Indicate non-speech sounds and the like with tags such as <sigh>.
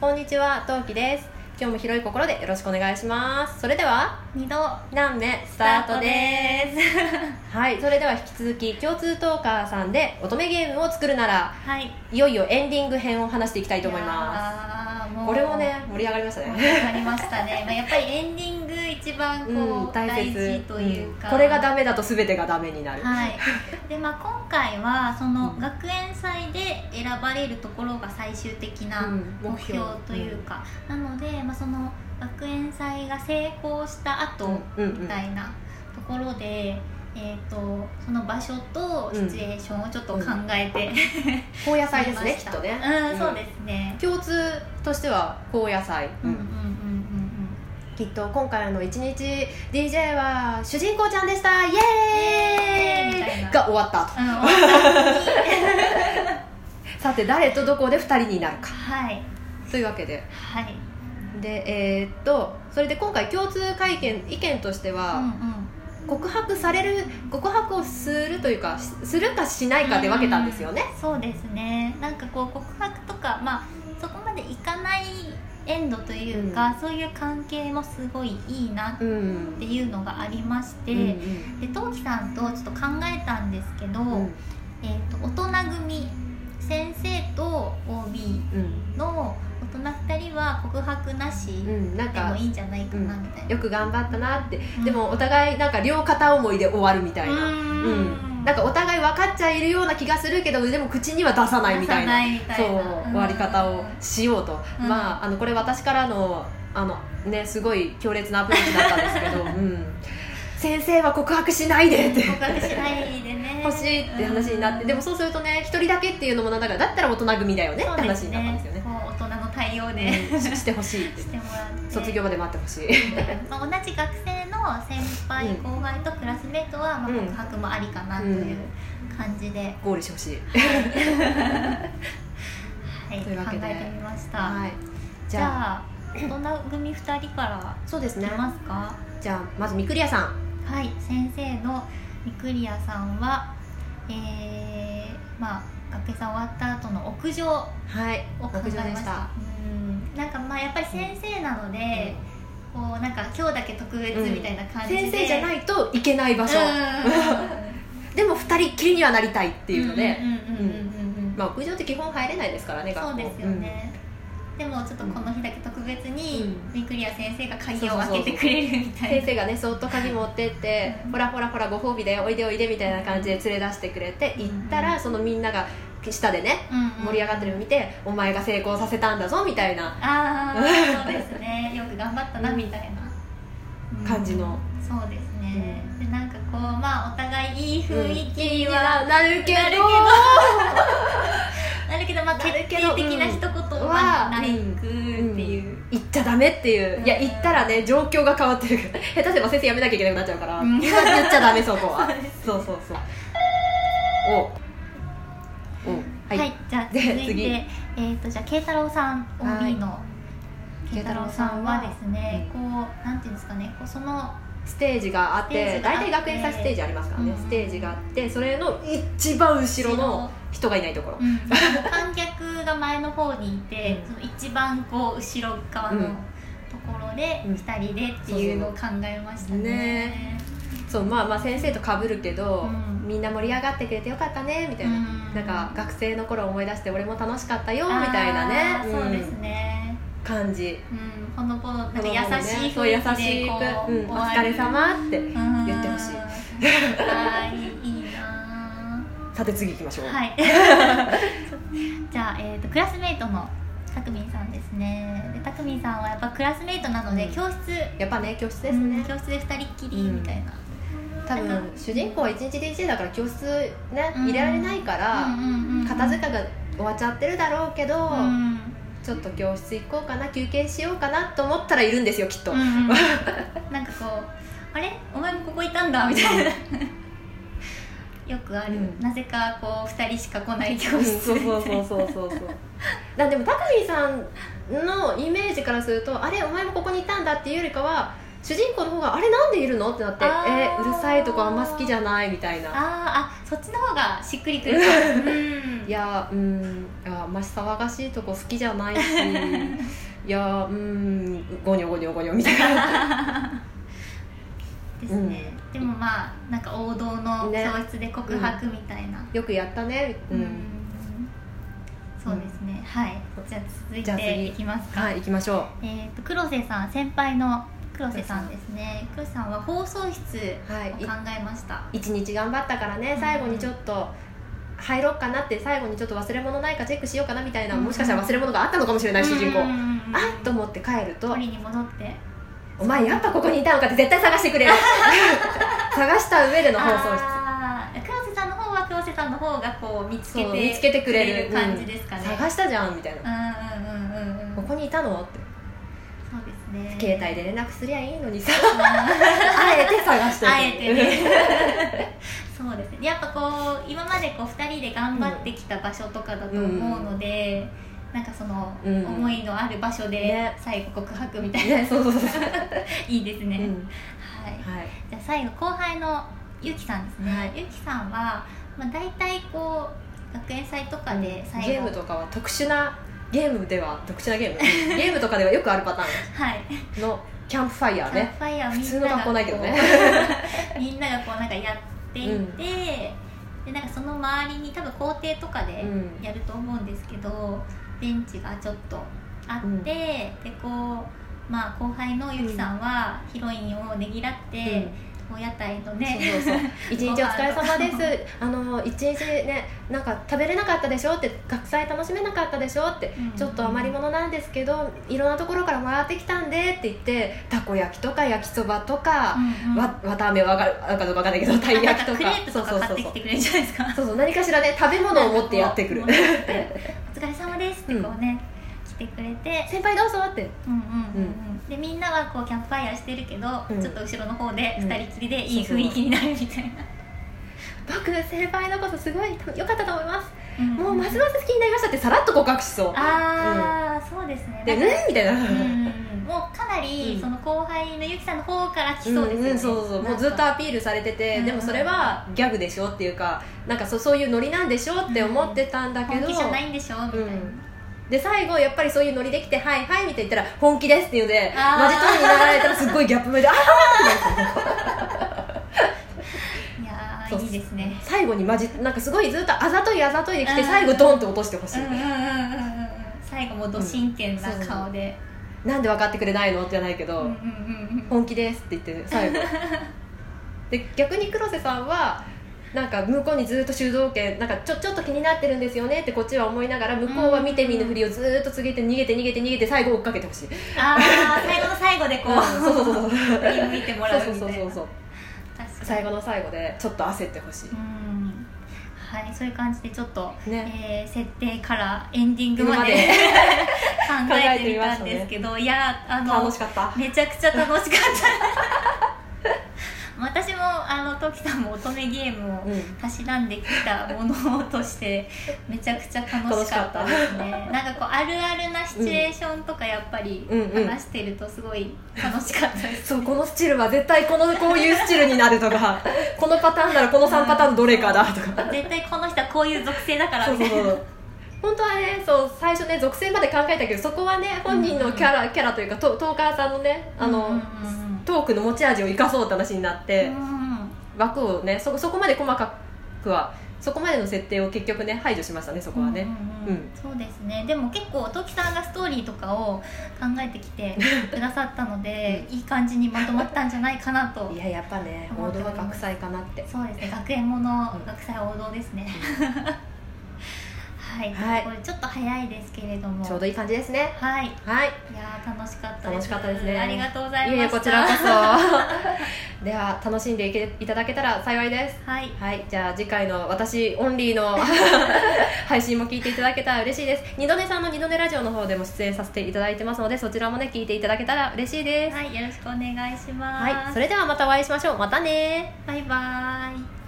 こんにちは、トウキです。今日も広い心でよろしくお願いします。それでは、二度何目ススタートですす。はい、それでは引き続き、共通トーカーさんで乙女ゲームを作るなら、はいいよいよエンディング編を話していきたいと思いますす。これもね、盛り上がりました盛ね。り上がりましたね、まあ、やっぱりエンディング一番こう、うん、大大切事というか、んこれがダメだと全てがダメになる、 <laughs> はい、でまあ今回はそのうん学園祭で選ばれるところが最終的なうん目標というか、なので、まあ、その学園祭が成功した後うんうんみたいなところで、えー、とその場所とシチュエーションをちょっと考えて、高野菜ですみねまきしたっとねうん、そうですね、共通としては高野菜、うん、うんうんきっと今回の一日 DJ は主人公ちゃんでしたイエイエーイみたーいイなが終わったとうんうんうんうんさて誰とどこで2人になるかはいというわけではいでえーっとそれで今回共通会見意見としてうは、ん告白される告白をするというかしするかしないうんかで分けたんですよね、そうですねなんかこう告白とかまあそこまでいかないエンドというか、そういう関係もすごいいいなうんっていうのがありまして、うんうんでトウキさんとちょっと考えたんですけど、うんえー、と大人組先生と OB うんの大人2人は告白なしうでんなんもかいいんじゃないかなみたいな、よく頑張ったなって、うんでもお互いなんか両片思いで終わるみたいな、うんうんなんかお互い分かっちゃいるような気がするけどでも口には出さないみたいな出さそうみたいな終わり方をしようと、うんまああのこれ私からのあのねすごい強烈なアプローチだったんですけ <laughs> ど、うん、先生は告白しないでって告白しないでね欲しいって話になって、うんでもそうするとね一人だけっていうのもなんだからだったら大人組だよねってそうで話すになったんですよねもう大人の対応で、うんしてほしい <laughs> ってしてもらって卒業まで待ってほしい <laughs> うんまあ、同じ学生の先輩うん後輩とクラスメートは、まあ、うん告白もありかなという感じで、ゴールしてほしいはいというわけで考えてみました、はいじじゃあゃあ大人組2人からそうですいねきますか、じゃあまずみくりやさんはい先生のみくりやさんはえー、まあ学園祭終わった後の屋上をはい考えま屋し上たでしたうんなんかまあやっぱり先生なので、こうなんか今日だけ特別みたいな感じで、先生じゃないいといけない場所、でも二人っきりにはなりたいっていうので、うんうんうんうんうんうんまあ、屋上って基本入れないですからねそうですよ、ね、でもちょっとこの日だけ特別にうみくりや先学校先生が鍵を開けてくれる学み校たうんい先な生がねそっと鍵持ってって、うんほらほらほらご褒美だよおいでおいでみたいな感じで連れ出してくれて行ったら、うんそのみんなが下でねうんうん盛り上がってるの見て、お前が成功させたんだぞみたいなああそうですねよく頑張ったなみたいな、うん感じのそうですね、でなんかこうまあお互いいい雰囲気はは、なるけどなるなるけどまあ決定的な一言はうんなくっていう、行っちゃダメっていう、うんいや行ったらね状況が変わってるから下手すれば先生辞めなきゃいけなくなっちゃうから、うん言っちゃダメそこ <laughs> はそうそうそうおおは、はいい、じゃあ続い <laughs> でて次えー、とじゃあ慶太郎さんはい OB の慶太郎さんはですね慶こうなんていうんですかねこうそのステージがあっステーてジがあ大って体学園祭ステージありますからね、うんステージがあってそれの一番後ろの人がいないところ後ろ、うん、観客が前の方にいて、うんその一番こう後ろ側のうんところでうん二人でっていうのを考えましたね。そうまあまあ先生とかぶるけど、うんみんな盛り上がってくれてよかったねみたいな、うんなんか学生の頃思い出して俺も楽しかったよあみーたいなねそうでうすんね。感じうん、ほのぼのなんか優しいそう雰優囲気しでくこ「う、うんお疲れ様って <laughs> 言言ってほしいはい、いいなぁ。さて次行きましょう、 <laughs> はい。じゃあ、えっ、と、クラスメイトの。たくみんさんですね。で、たくみんさんはやっぱクラスメイトなので、うん教室。やっぱね教室でですすねね、、教室で二人っきりみたいな。多分主人公は一日で1だから教室ね、うん入れられないから、片付け。けが終わっちゃってるだろうけど、うん。ちょっと教室行こうかな休憩しようかなと思ったらいるんですよきっと、うん <laughs> うんなんかこう。あれ、お前もここいたんだみたいな。 <laughs> よくある、うんなぜかこう二人しか来ないうん教室そうみたいな、そうそうそう <laughs> そうそうだでも高見さんのイメージからするとあれお前もここにいたんだっていうよりかは主人公の方が「あれなんでいるの?」ってなって「えあーうるさいとこあんま好きじゃない」みたいなあーあそっちの方がしっくりくるかもうんいやーうんいやあんまし騒がしいとこ好きじゃない <laughs> しいやーうんゴニョゴニョゴニョみたいなですね、でもまあなんか王道のね教室で告白みたいな、よくやったねう、うんんそうですね、はいじゃあ続いじゃあて次いきますか、はい行きましょえっ、と黒瀬さん先輩の黒瀬さんですね黒瀬さんは放送室をうはい考えました、一日頑張ったからね最後にちょっと入ろうかなって最後にちょっと忘れ物ないかチェックしようかなみたいなうんもしかしたら忘れ物があったのかもしれない主人公うんうんうんあっと思って帰ると取りに戻って「お前やっぱここにいたのか」って絶対探してく <laughs> れる探した上での放送室あー黒瀬さんの方は黒瀬さんの方がこう見つけそうて見つけてくれる感じですかね、探したじゃんみたいなうんうんうんうん「ここにいたの?」ってそうですね携帯で連絡すりゃいいのにさああえて探してるえてねそうですねやっぱこう今までこう2人で頑張ってきた場所とかだと思うので、なんかそのうん思いのある場所でね最後告白みたいな、ねそうそうそうそう、 <laughs> いいですうね、ん、はいはいじゃあ最後後輩のゆきさんですね、はいゆきさんは、まあ、大体こう学園祭とかで最後ゲームとかは特殊なゲームでは特殊なゲーム <laughs> ゲームとかではよくあるパターンはいのキャンプファイヤーキャンねプファイヤーを普み通んのな学がこ校うないけどね <laughs> みんながこうなんかやっていて、うんでなんかその周りに多分校庭とかでうんやると思うんですけど、ベンチがちょっとあって、うんでこうまあ後輩のゆきさんはヒロインをねぎらって、こう屋台のねそうそうそう一日お疲れ様です <laughs> あの一日ねなんか食べれなかったでしょって学祭楽しめなかったでしょってうんちょっと余り物なんですけどいろんなところからもらってきたんでって言ってたこ焼きとか焼きそばとか、うんうんわわたあめはわかるあるかどうかわかんないけどたいあなん焼かきとクかレープとそうかそう買そうってきてくれるじゃないですかそうそう何かしらね食べ物を持ってやってくるなんかこう持ってお疲れ様ですってこうね、来てくれて先輩どうぞってうんうんうんうんでみんなはこうキャンプファイヤーしてるけど、うんちょっと後ろの方でうん2人きりでいい雰囲気になるみたいな、僕先輩のことすごい良かったと思いますんもうますます好きになりましたってさらっと告白しそうああ、そうですねでなんかねみたいな、うんもうかなりうんその後輩のゆきさんの方から来そうですよね、んんそうそうもうずっとアピールされてて、うんでもそれはギャグでしょっていうかなんかそうそういうノリなんでしょって思ってたんだけ本ど、気じゃないんでしょみたいな、うんで最後やっぱりそういうノリできて「はいはい」みたいに言ったら「本気です」っていうのであーマジトーンになられたらすっごいギャップ目で「あいやそうーいいですね最後にマジなんかすごいずっとあざといあざといできて、うん最後ドンって落としてほしうい、んうんうんうんうん最後もうど真剣な顔で、なんで分かってくれないのじゃないけど、うんうんうんうん本気ですって言って最後で逆に黒瀬さんはなんか向こうにずっと主導権なんかちょちょっと気になってるんですよねってこっちは思いながら向こうは見て見ぬふりをずっと告げて逃げて逃げて逃げて最後追っかけてほしい、ああ最後の最後でこう、そうそうそうそう振り向いてもらうみたいなそうそうそうそう確かに最後の最後でちょっと焦ってほしい、うんはい、そういう感じでちょっと、ねえー設定からエンディングまで <laughs> 考えてみたんですけど、いやあの楽しかっためちゃくちゃ楽しかった私もあのトキさんも乙女ゲームをうんたしなんできたものと <laughs> してめちゃくちゃ楽しかったですねなんかこうあるあるなシチュエーションとかやっぱりうんうん話してるとすごい楽しかったです、そうこのスチルは絶対このこういうスチルになるとかこのパターンならこの3パターンのどれかだとか <laughs> 絶対この人はこういう属性だからそうみそたういそなう本当はねそう最初ね属性まで考えたけどそこはね本人のキャラ、キャラというかトトーカーさんのねあの、 <laughs> うんうんうんトークの持ち味を生かそうって話になって、枠をねそそこまで細かくはそこまでの設定を結局ね排除しましたねそこはね、うんうんうんそうですねでも結構トキさんがストーリーとかを考えてきてくださったのでいい感じにまとまったんじゃないかなといややっぱね思王ってお道りまはす学祭かなってそうですね学園もの、うん学祭王道ですねはい、はいこれちょっと早いですけれどもちょうどいい感じですねはいいはいやー楽しかったで楽しすかったですねありがとうございまいしえいたえこちらこそ <laughs> では楽しんでいけいただけたら幸いですはいはい、じゃあ次回の私オンリー <laughs> の配信も聞いていただけたら嬉しいです二度寝さんの二度寝ラジオの方でも出演させていただいてますのでそちらもね聞いていただけたら嬉しいですはいよろしくお願いします、はい、それではまたお会いしましょうまたねバイバーイ